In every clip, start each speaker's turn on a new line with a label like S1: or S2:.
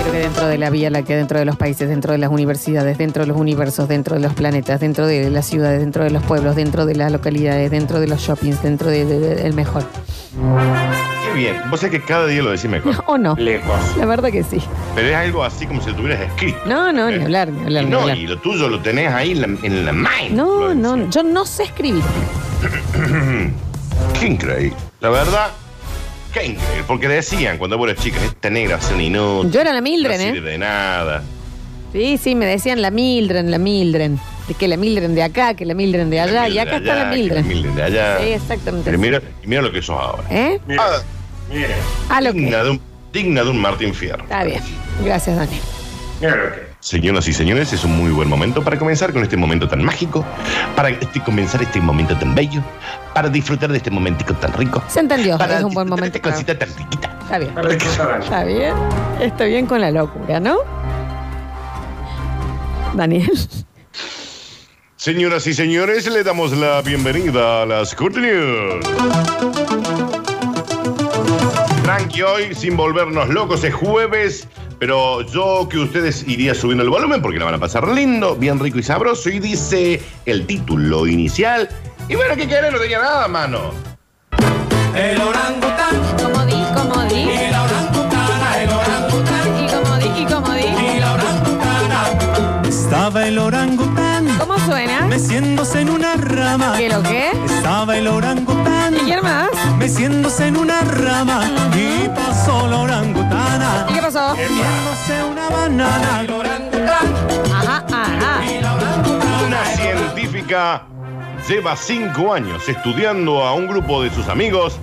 S1: Creo que dentro de la Vía Láctea, dentro de los países, dentro de las universidades, dentro de los universos, dentro de los planetas, dentro de las ciudades, dentro de los pueblos, dentro de las localidades, dentro de los shoppings, dentro del de, de- el mejor.
S2: Qué bien. Vos sabés que cada día lo decís mejor.
S1: ¿O no?
S2: Lejos.
S1: La verdad que sí.
S2: Pero es algo así como si lo tuvieras escrito.
S1: No, no, ni
S2: Eh,
S1: hablar, ni hablar,
S2: y
S1: ni
S2: no,
S1: hablar.
S2: y lo tuyo lo tenés ahí en la, en la mind.
S1: No,
S2: Florencia.
S1: no, yo no sé escribir.
S2: Qué increíble. La verdad, qué increíble. Porque decían cuando vos eras chica, esta negra es un inútil.
S1: Yo era la Mildren,
S2: no
S1: ¿eh?
S2: sirve de nada.
S1: Sí, sí, me decían la Mildren, la Mildren. De que la Mildren de acá, que la Mildren de allá, y
S2: Mildred
S1: acá
S2: de
S1: está la
S2: allá, que
S1: Mildren.
S2: Mildred de allá.
S1: Sí, exactamente.
S2: Pero mira, y mira lo que sos ahora.
S1: ¿Eh?
S2: Ah,
S3: Mire,
S1: A lo que.
S2: digna, de un, digna de un Martín Fierro.
S1: Está bien. Gracias, Daniel.
S3: mire lo que.
S2: Señoras y señores, es un muy buen momento para comenzar con este momento tan mágico, para este- comenzar este momento tan bello, para disfrutar de este momentico tan rico.
S1: Se entendió,
S2: para
S1: es un buen
S2: disfrutar de
S1: momento.
S2: Esta
S1: para-
S2: cosita tan riquita.
S1: Está bien.
S3: Para que
S1: Está bien, está bien con la locura, ¿no? Daniel.
S2: Señoras y señores, le damos la bienvenida a las Curti News. Tranqui hoy, sin volvernos locos, es jueves, pero yo que ustedes iría subiendo el volumen porque la van a pasar lindo, bien rico y sabroso. Y dice el título inicial. Y bueno, ¿qué querés? No tenía nada, mano.
S4: El orangután
S1: Como di, como di,
S4: y la orangutana, el orangután
S1: y como di, y como di.
S4: y la orangutana. Estaba el orangután
S1: ¿Cómo suena?
S4: meciéndose en una rama.
S1: ¿Qué lo qué?
S4: Estaba el orangután
S1: ¿Y quién más?
S4: meciéndose en una rama y pasó la orangutana.
S1: ¿Y qué pasó?
S4: Comiéndose una banana, el orangután
S1: Ajá, ajá.
S4: y la orangutana.
S2: Una científica lleva cinco años estudiando a un grupo de sus amigos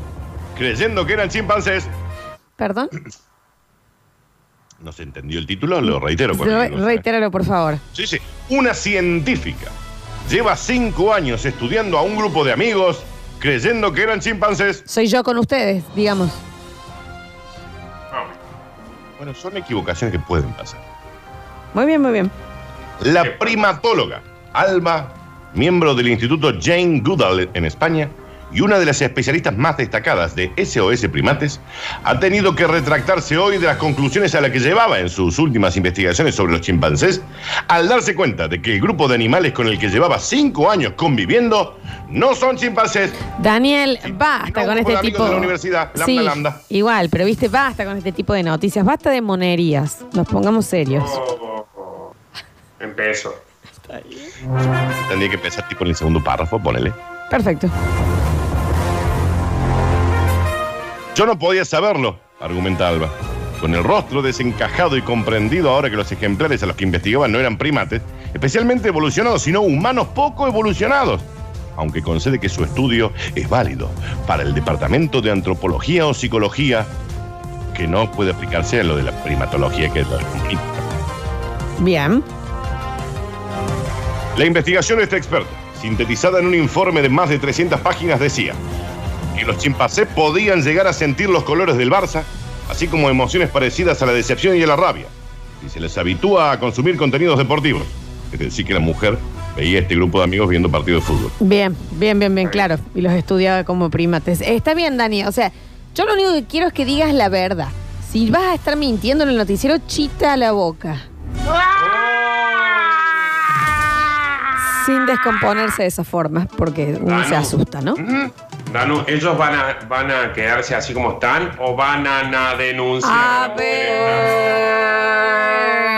S2: creyendo que eran chimpancés.
S1: Perdón.
S2: No se entendió el título, lo reitero. porque
S1: Re-
S2: no sé.
S1: reitéralo, por favor.
S2: Sí, sí. Una científica lleva cinco años estudiando a un grupo de amigos creyendo que eran chimpancés.
S1: Soy yo con ustedes, digamos.
S2: Bueno, son equivocaciones que pueden pasar.
S1: Muy bien, muy bien.
S2: La primatóloga Alba, miembro del Instituto Jane Goodall en España y una de las especialistas más destacadas de SOS Primates, ha tenido que retractarse hoy de las conclusiones a las que llevaba en sus últimas investigaciones sobre los chimpancés, al darse cuenta de que el grupo de animales con el que llevaba cinco años conviviendo no son chimpancés.
S1: Daniel,
S2: Sí.
S1: basta
S2: No,
S1: con
S2: como
S1: este
S2: de amigos
S1: tipo.
S2: de la universidad, lambda,
S1: sí,
S2: lambda.
S1: Igual, pero viste, basta con este tipo de noticias. Basta de monerías. Nos pongamos serios.
S3: Empezó.
S2: Tendría que empezar tipo en el segundo párrafo, ponele.
S1: Perfecto.
S2: Yo no podía saberlo, argumenta Alba. Con el rostro desencajado y comprendido ahora que los ejemplares a los que investigaban no eran primates, especialmente evolucionados, sino humanos poco evolucionados. Aunque concede que su estudio es válido para el Departamento de Antropología o Psicología, que no puede aplicarse a lo de la primatología que es la del conflicto.
S1: Bien.
S2: La investigación de este experto, sintetizada en un informe de más de 300 páginas, decía que los chimpancés podían llegar a sentir los colores del Barça, así como emociones parecidas a la decepción y a la rabia, si se les habitúa a consumir contenidos deportivos. Es decir, que la mujer veía a este grupo de amigos viendo partidos de fútbol.
S1: Bien, bien, bien, bien, claro. Y los estudiaba como primates. Está bien, Dani. O sea, yo lo único que quiero es que digas la verdad. Si vas a estar mintiendo en el noticiero, chita la boca. Sin descomponerse de esa forma, porque uno
S3: Ah,
S1: se
S3: no.
S1: asusta, ¿no?
S3: Danu, ¿ellos van a, van a quedarse así como están o van a, na- denunciar?
S1: A
S3: la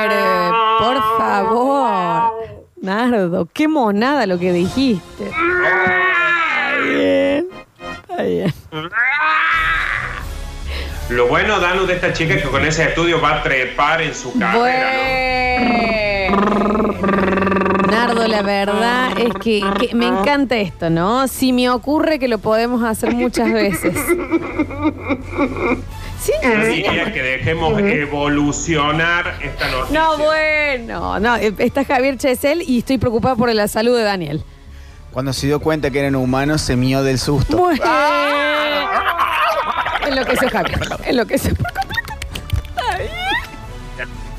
S1: ver, por favor. Nardo, qué monada lo que dijiste. Está bien, está bien.
S3: Lo bueno, Danu, de esta chica es que con ese estudio va a trepar en su carrera,
S1: Bueno. Nardo, la verdad es que, que me encanta esto, ¿no? Si me ocurre que lo podemos hacer muchas veces. Sí.
S3: Yo diría que dejemos evolucionar esta noticia.
S1: No, bueno. No, eh, está Javier Chesel y estoy preocupada por la salud de Daniel.
S5: Cuando se dio cuenta que eran humanos, se mió del susto.
S1: Muy Ah. En lo que se Javier. En lo que se por completo. Ay,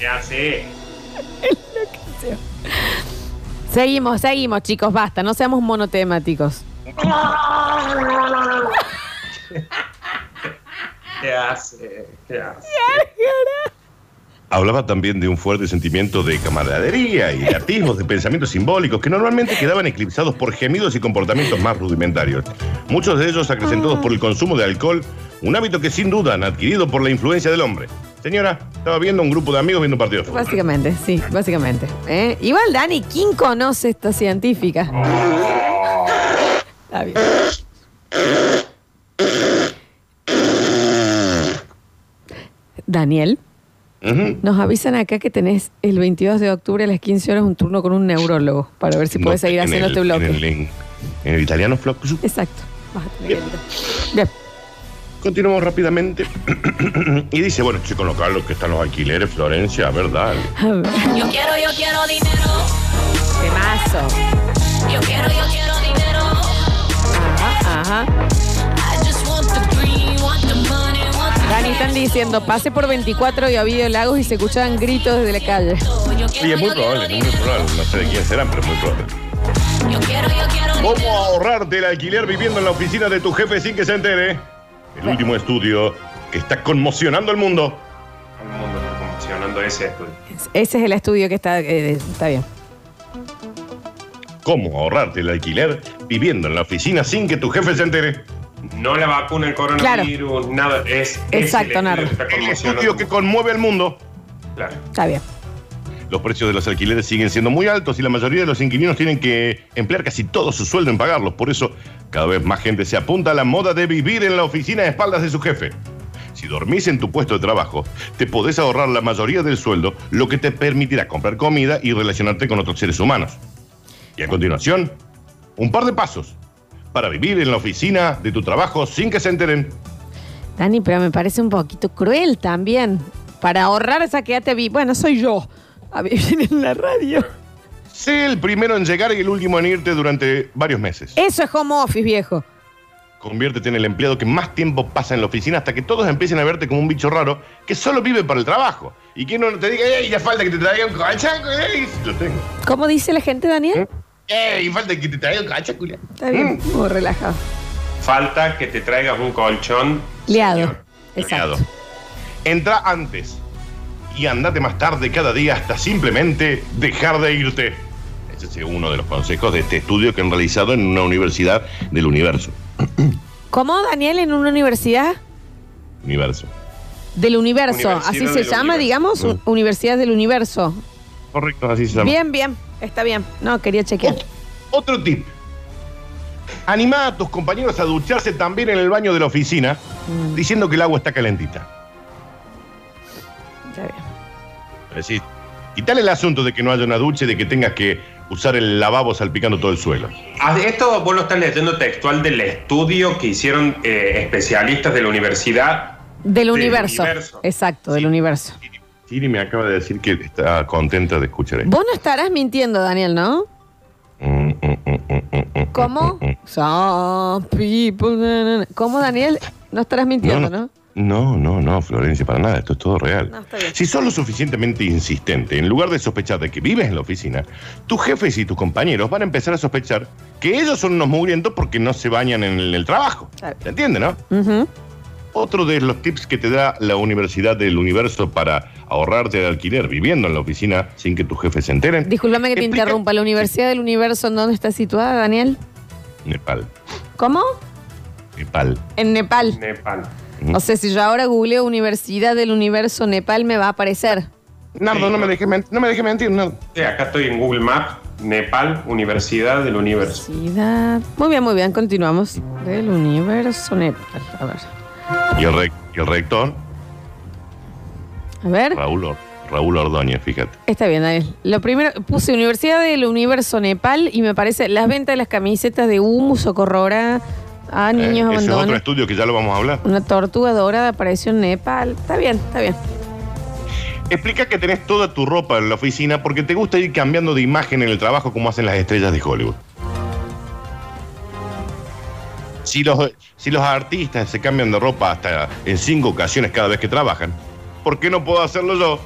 S3: Ya sé.
S1: enloqueció. Seguimos, seguimos, chicos, basta, no seamos monotemáticos.
S3: ¿Qué hace? ¿Qué hace?
S2: Hablaba también de un fuerte sentimiento de camaradería y de atisbos de pensamientos simbólicos que normalmente quedaban eclipsados por gemidos y comportamientos más rudimentarios. Muchos de ellos acrecentados por el consumo de alcohol, un hábito que sin duda han adquirido por la influencia del hombre. Señora, estaba viendo un grupo de amigos viendo un partido de fútbol.
S1: Básicamente, sí, básicamente. ¿eh? Igual, Dani, ¿quién conoce esta científica? Está bien. Daniel,
S2: Ujú.
S1: nos avisan acá que tenés el 22 de octubre a las 15 horas un turno con un neurólogo para ver si
S2: No,
S1: podés seguir
S2: en
S1: haciendo
S2: el-
S1: este bloque.
S2: En el, en- en el italiano Flocus.
S1: Exacto. Vas a tener que
S2: Bien.
S1: evitar. Bien.
S2: Continuamos rápidamente. y dice, bueno, che, con lo caro que están los alquileres, Florencia, ¿verdad?
S1: A ver.
S6: Yo quiero, yo quiero dinero.
S1: Temazo.
S6: Yo quiero, yo quiero dinero.
S1: Ajá, ajá.
S6: I just want the green, want the money, want the
S1: Dani, están diciendo, pasé por 24 y había lagos y se escuchaban gritos desde la calle.
S6: Yo
S2: Sí,
S6: quiero,
S2: es muy
S6: yo quiero
S2: probable, muy
S6: dinero.
S2: probable. No sé de quién serán, pero muy probable.
S6: Yo quiero, yo quiero
S2: ¿Cómo
S6: dinero.
S2: ahorrarte el alquiler viviendo en la oficina de tu jefe sin que se entere? El último estudio que está conmocionando al mundo.
S3: Todo el mundo está conmocionando ese estudio.
S1: Ese es el estudio que está, eh, está bien.
S2: ¿Cómo ahorrarte el alquiler viviendo en la oficina sin que tu jefe se entere?
S3: No la vacuna, el coronavirus, nada. Es, es
S1: Exacto,
S3: el estudio
S1: Nardo.
S3: que está
S2: El
S3: conmocionando.
S2: estudio que conmueve al mundo.
S3: Claro.
S1: Está bien.
S2: Los precios de los alquileres siguen siendo muy altos y la mayoría de los inquilinos tienen que emplear casi todo su sueldo en pagarlos. Por eso, cada vez más gente se apunta a la moda de vivir en la oficina a espaldas de su jefe. Si dormís en tu puesto de trabajo, te podés ahorrar la mayoría del sueldo, lo que te permitirá comprar comida y relacionarte con otros seres humanos. Y a continuación, un par de pasos para vivir en la oficina de tu trabajo sin que se enteren.
S1: Dani, pero me parece un poquito cruel también. Para ahorrar esa que ya te vi. Bueno, soy yo. A vivir en la radio.
S2: Sé el primero en llegar y el último en irte durante varios meses.
S1: Eso es home office, viejo.
S2: Conviértete en el empleado que más tiempo pasa en la oficina hasta que todos empiecen a verte como un bicho raro que solo vive para el trabajo. Y que no te diga, ¡ey! Ya falta que te traiga un cachaco, ¡ey! Lo tengo.
S1: ¿Cómo dice la gente,
S3: ¿Eh?
S1: Daniel?
S2: ¡ey! Falta que te traiga un Mm. cachaco, ¡ey!
S1: Está bien.
S3: Mm.
S1: Muy relajado.
S3: Falta que te traigas un colchón.
S1: Leado.
S2: Aliado.
S1: Exacto.
S2: Entra antes y andate más tarde cada día hasta simplemente dejar de irte. Ese es uno de los consejos de este estudio que han realizado en una universidad del universo.
S1: ¿Cómo, Daniel, en una universidad?
S2: Universo.
S1: Del universo.
S3: Universidad
S1: Así se
S3: del
S1: llama,
S3: universo. Mm.
S1: digamos. un- Universidad del universo.
S2: Correcto, así se llama.
S1: Bien, bien. Está bien. No, quería chequear.
S2: Ot- Otro tip. Animá a tus compañeros a ducharse también en el baño de la oficina, diciendo que el agua está calentita.
S1: Está bien.
S2: Es decir, quítale el asunto de que no haya una ducha y de que tengas que usar el lavabo salpicando todo el suelo.
S3: Ah, Esto vos lo estás leyendo textual del estudio que hicieron eh, especialistas de la universidad.
S1: Del
S3: Del
S1: universo.
S3: universo.
S1: Exacto, del universo.
S2: Siri me acaba de decir que está contenta de escuchar esto.
S1: Vos no estarás mintiendo, Daniel, ¿no?
S2: Mm, mm, mm, mm, mm, mm.
S1: ¿Cómo? Some people, na, na, na. ¿Cómo, Daniel? No estarás mintiendo, ¿no?
S2: No, no, no, Florencia, para nada, esto es todo real.
S1: No, está bien.
S2: Si sos lo suficientemente insistente, en lugar de sospechar de que vives en la oficina, tus jefes y tus compañeros van a empezar a sospechar que ellos son unos mugrientos porque no se bañan en el, el trabajo.
S1: Está bien.
S2: ¿Se entiende, no?
S1: Ujú.
S2: Otro de los tips que te da la Universidad del Universo para ahorrarte el alquiler viviendo en la oficina sin que tus jefes se enteren.
S1: Disculpame que te
S2: Explica-
S1: interrumpa. ¿La Universidad del Universo en dónde está situada, Daniel?
S2: Nepal,
S1: ¿Cómo?
S2: Nepal.
S1: En Nepal.
S3: Nepal.
S1: Mm. O sea, si yo ahora googleo Universidad del Universo Nepal, me va a aparecer.
S2: Nardo, no me dejes men- no me dejes mentir, Nardo.
S3: Sí, acá estoy en Google Maps. Nepal, Universidad del Universo.
S1: Universidad. Muy bien, muy bien, continuamos. Del Universo Nepal. A ver.
S2: Y el, rec- y el rector,
S1: A ver.
S2: Raúl, Or- Raúl Ordóñez, fíjate.
S1: Está bien, Daniel. Lo primero, puse Universidad del Universo Nepal y me parece las ventas de las camisetas de Humo, Socorrora, Ah,
S2: Eh,
S1: niños
S2: ese es otro
S1: abandonados.
S2: estudio que ya lo vamos a hablar.
S1: Una tortuga dorada apareció en Nepal. Está bien, está bien.
S2: Explica que tenés toda tu ropa en la oficina porque te gusta ir cambiando de imagen en el trabajo como hacen las estrellas de Hollywood. Si los, si los artistas se cambian de ropa hasta en cinco ocasiones cada vez que trabajan, ¿por qué no puedo hacerlo yo?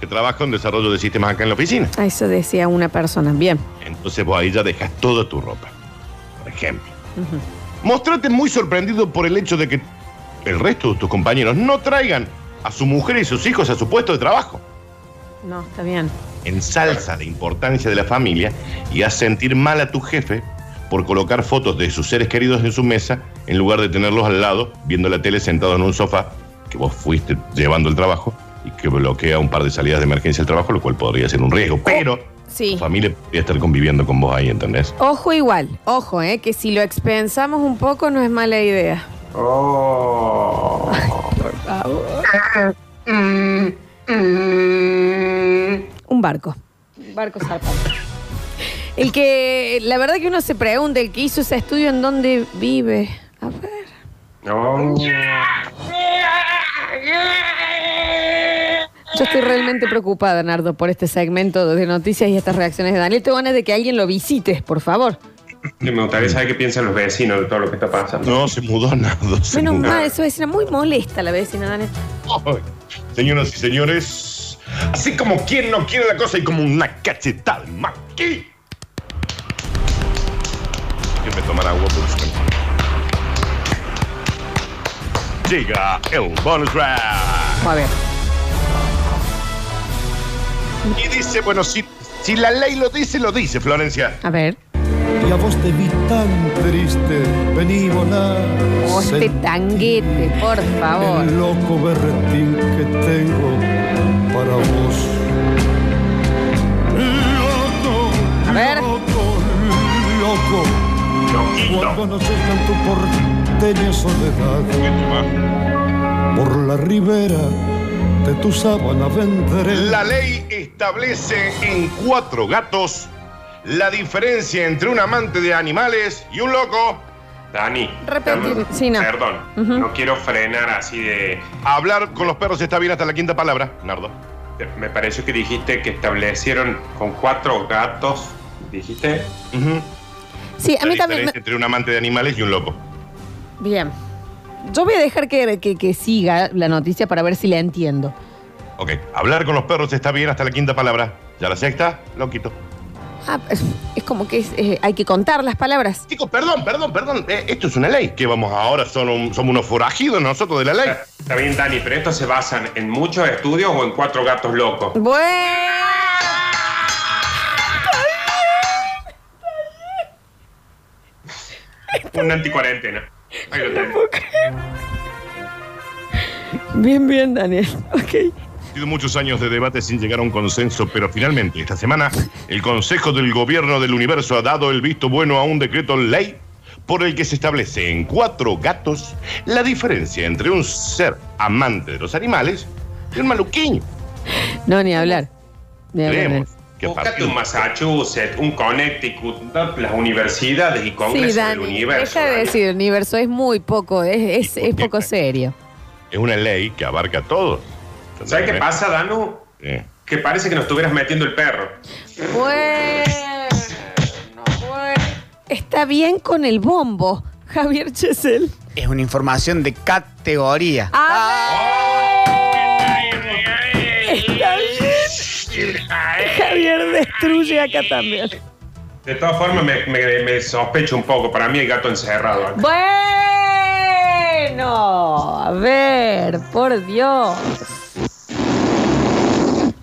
S2: Que trabajo en desarrollo de sistemas acá en la oficina.
S1: Ah, Eso decía una persona. Bien.
S2: Entonces vos ahí ya dejas toda tu ropa. Por ejemplo. Mostrate muy sorprendido por el hecho de que el resto de tus compañeros no traigan a su mujer y sus hijos a su puesto de trabajo.
S1: No, está bien.
S2: ensalza la importancia de la familia y haz sentir mal a tu jefe por colocar fotos de sus seres queridos en su mesa en lugar de tenerlos al lado viendo la tele sentado en un sofá que vos fuiste llevando el trabajo y que bloquea un par de salidas de emergencia del trabajo, lo cual podría ser un riesgo. Pero
S1: Sí.
S2: tu familia podría estar conviviendo con vos ahí, ¿entendés?
S1: Ojo igual, ojo, eh, que si lo expensamos un poco no es mala idea.
S3: Oh.
S1: Un barco. Un barco zarpado. El que, la verdad que uno se pregunta, el que hizo ese estudio, ¿en dónde vive? A ver.
S3: Oh.
S1: Yo estoy realmente preocupada, Nardo, por este segmento de noticias y estas reacciones de Daniel. Te ganas de que alguien lo visite, por favor.
S3: Me gustaría saber qué piensan los vecinos de todo lo que está pasando.
S2: No, se mudó nada. se
S1: Menos
S2: mudó.
S1: mal, esa vecina muy molesta, la vecina Daniel.
S2: Señoras y señores, así como quien no quiere la cosa y como una cachetada de maqui. Déjenme tomar agua por favor. Llega el bonus round.
S1: A ver.
S2: Y dice, bueno, si, si la ley lo dice, lo dice, Florencia.
S1: A ver.
S4: Y a vos te vi tan triste, vení volá.
S1: Oh, este
S4: sentí
S1: tanguete, por favor.
S4: El loco berretín que tengo para vos. Loco,
S1: A ver.
S4: loco, loco.
S2: Loquito.
S4: Cuando nos echan tu porteña soledad, por la ribera de tu sábana vendré.
S2: La ley establece en cuatro gatos la diferencia entre un amante de animales y un loco.
S3: Dani.
S1: Repetir,
S3: perdón,
S1: sí, no.
S3: Perdón. No quiero frenar así de.
S2: Hablar con los perros está bien hasta la quinta palabra, Nardo.
S3: Me pareció que dijiste que establecieron con cuatro gatos. ¿Dijiste?
S1: Sí, a mí
S2: la
S1: también.
S2: diferencia entre un amante de animales y un loco.
S1: me- Bien. Yo voy a dejar que, que- que siga la noticia para ver si la entiendo.
S2: Ok, hablar con los perros está bien hasta la quinta palabra. Ya la sexta, lo quito.
S1: Ah, es como que es, eh, hay que contar las palabras.
S2: Chicos, perdón, perdón, perdón. Eh, esto es una ley. ¿Qué vamos ahora? Son un- somos unos forajidos nosotros de la ley.
S3: Está está bien, Dani, pero estos se basan en muchos estudios o en cuatro gatos locos.
S1: Bueno.
S3: Una anticuarentena. Ahí lo tenés.
S1: Bien, bien, Daniel. Ok.
S2: Ha sido muchos años de debate sin llegar a un consenso, pero finalmente, esta semana, el Consejo del Gobierno del Universo ha dado el visto bueno a un decreto ley por el que se establece en cuatro gatos la diferencia entre un ser amante de los animales y un maluquiño.
S1: No, ni hablar. Ni hablar,
S2: Creemos
S1: Daniel.
S2: que a
S3: Buscate
S2: partir
S3: un Massachusetts, un Connecticut, las universidades y congresos
S1: Sí,
S3: del
S1: Dani,
S3: universo.
S1: deja de
S3: Dani.
S1: decir universo, es muy poco, es, es- es poco serio.
S2: Es una ley que abarca todo.
S3: ¿Sabes qué pasa, Danu?
S2: Eh,
S3: Que parece que nos estuvieras metiendo el perro.
S1: Bueno, bueno. Está bien con el bombo, Javier Chesel.
S5: Es una información de categoría.
S1: Ah. A ver. Está bien. Javier destruye acá también.
S3: De todas formas, me, me- me sospecho un poco. Para mí hay gato encerrado acá.
S1: Bueno, a ver, por Dios.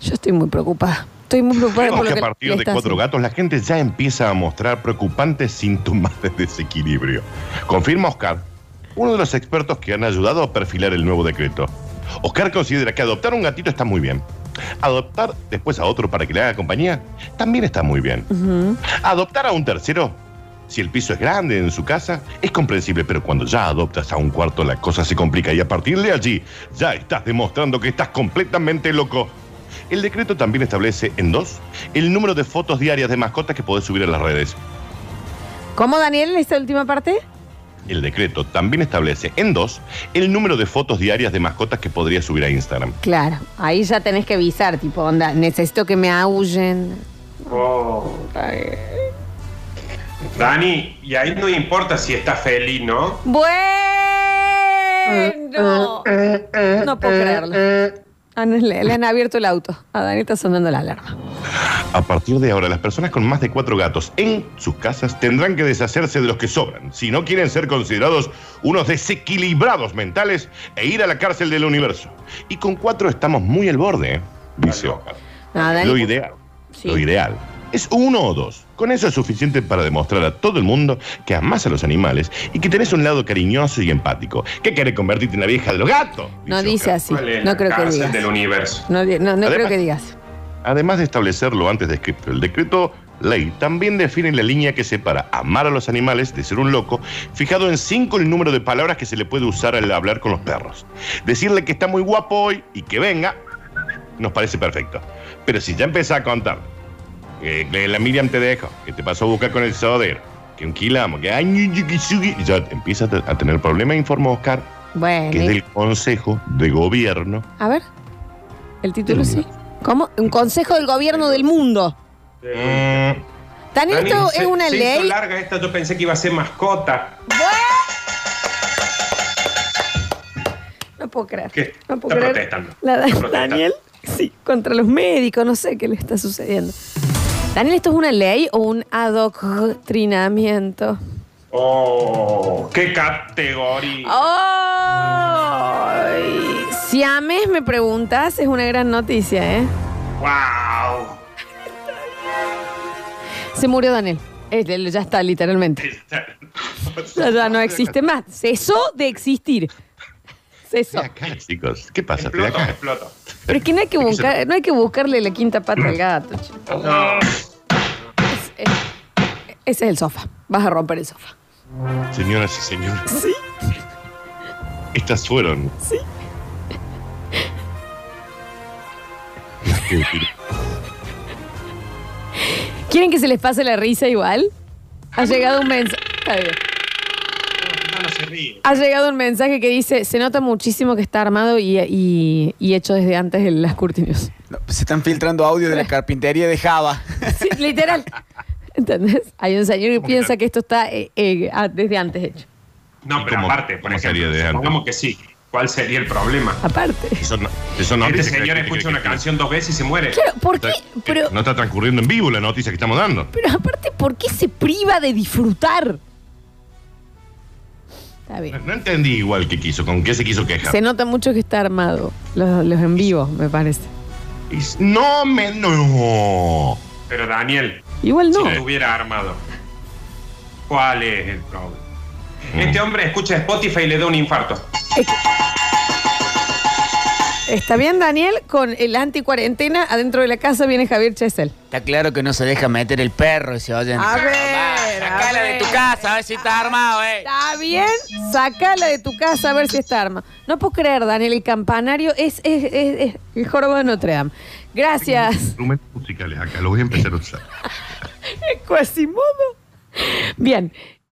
S1: Yo estoy muy preocupada. Estoy muy preocupada
S2: Vemos
S1: por
S2: que
S1: lo
S2: a
S1: que
S2: partir
S1: le
S2: de
S1: está
S2: Cuatro
S1: haciendo.
S2: Gatos la gente ya empieza a mostrar preocupantes síntomas de desequilibrio. Confirma Oscar, uno de los expertos que han ayudado a perfilar el nuevo decreto. Oscar considera que adoptar un gatito está muy bien. Adoptar después a otro para que le haga compañía también está muy bien. Adoptar a un tercero, si el piso es grande en su casa, es comprensible, pero cuando ya adoptas a un cuarto la cosa se complica y a partir de allí ya estás demostrando que estás completamente loco. El decreto también establece en dos el número de fotos diarias de mascotas que podés subir a las redes.
S1: ¿Cómo, Daniel, esta última parte?
S2: El decreto también establece en dos el número de fotos diarias de mascotas que podría subir a Instagram.
S1: Claro, ahí ya tenés que avisar, tipo, onda, necesito que me aúllen.
S3: Oh. Dani, y ahí no importa si está feliz, ¿no?
S1: Bueno, no puedo creerlo. Ah, no, Le, le han abierto el auto. A Dani está sonando la alarma.
S2: A partir de ahora, las personas con más de cuatro gatos en sus casas tendrán que deshacerse de los que sobran, si no quieren ser considerados unos desequilibrados mentales e ir a la cárcel del universo. Y con cuatro estamos muy al borde, ¿eh? dice Oscar.
S1: Ah, Dani-
S2: Lo ideal,
S1: Sí.
S2: lo ideal es uno o dos. Con eso es suficiente para demostrar a todo el mundo que amas a los animales y que tenés un lado cariñoso y empático. ¿Qué querés convertirte en la vieja de los gatos?
S1: No dice
S2: Oscar.
S1: así.
S3: ¿Cuál es
S1: No
S3: la
S1: creo que
S3: cárcel
S1: digas.
S3: del universo.
S1: No, di- no, no
S2: Además-
S1: creo que digas.
S2: Además de establecer lo antes descrito, el decreto ley también define la línea que separa amar a los animales de ser un loco, fijado en cinco el número de palabras que se le puede usar al hablar con los perros. Decirle que está muy guapo hoy y que venga nos parece perfecto. Pero si ya empezás a contar que, que la Miriam te dejo, que te pasó a buscar con el sodero, que un quilamo, que ay, ñu, yuki, suki, ya empieza a te- a tener problemas, informó Oscar,
S1: Bueno,
S2: que es del Consejo de Gobierno
S1: a ver. El título sí. ¿Cómo? Un consejo del gobierno del mundo. Tan
S3: Dani,
S1: esto
S3: se-
S1: es una
S3: se hizo
S1: ley.
S3: larga esta, yo pensé que iba a ser mascota.
S1: No puedo creer.
S3: ¿Qué?
S1: No puedo
S3: Está
S1: creer.
S3: protestando.
S1: La-
S3: Está protestando.
S1: Daniel, sí, contra los médicos, no sé qué le está sucediendo. Daniel, ¿esto es una ley o un adoctrinamiento?
S3: Oh, qué categoría.
S1: Oh. ¡Ay! Si ames, me preguntas, es una gran noticia, ¿eh?
S3: Wow.
S1: Se murió Daniel. Es- Ya está, literalmente. Ya, ya no existe más. Cesó de existir. Cesó.
S2: Chicos, ¿qué pasa? Te da
S3: Exploto,
S2: caja.
S3: exploto.
S1: Pero es que no hay que, buscar, no hay que buscarle la quinta pata al gato. che.
S3: No.
S1: Es- es- ese es el sofá. Vas a romper el sofá.
S2: Señoras y señores. Estas fueron. Sí.
S1: ¿Quieren que se les pase la risa igual? Ha llegado un mensaje.
S3: Ah, no se ríe.
S1: Ha llegado un mensaje que dice: Se nota muchísimo que está armado y, y- y hecho desde antes de las cortinas.
S5: No, se están filtrando audio de la carpintería de Java.
S1: Sí, literal. ¿Entendés? Hay un señor que piensa que esto está eh, eh, ah, desde antes hecho.
S3: No, pero
S2: ¿Cómo-
S3: aparte, por
S2: cómo sería
S3: ejemplo,
S2: de antes?
S3: supongamos que sí. ¿Cuál sería el problema?
S1: Aparte.
S2: Eso no, eso no-
S3: Este
S2: ¿viste que-
S3: señor
S2: que-
S3: escucha
S2: que-
S3: una
S2: que-
S3: canción dos veces y se muere.
S1: Claro, ¿por qué?
S2: que-
S1: Pero,
S2: eh, No está transcurriendo en vivo la noticia que estamos dando.
S1: pero aparte, ¿por qué se priva de disfrutar? Está bien.
S2: No entendí igual qué quiso, con qué se quiso quejar.
S1: Se nota mucho que está armado. Los, los en vivo, me parece.
S2: Es- No me. No.
S3: Pero Daniel,
S1: Igual no.
S3: si estuviera armado, ¿cuál es el problema?
S2: Mm.
S3: Este hombre escucha Spotify y le da un infarto.
S1: Está bien, Daniel, con el anticuarentena. Adentro de la casa viene Javier Chesel.
S5: Está claro que no se deja meter el perro y se vayan.
S1: A ver.
S5: Sacala de tu casa, a ver si está armado, eh.
S1: Está bien, sacala de tu casa a ver si está arma. No puedo creer, Daniel, el campanario es, es, es- es el jorobo de Notre Dame. Gracias.
S2: Instrumentos musicales acá, lo voy a empezar a usar.
S1: Quasimodo. Bien,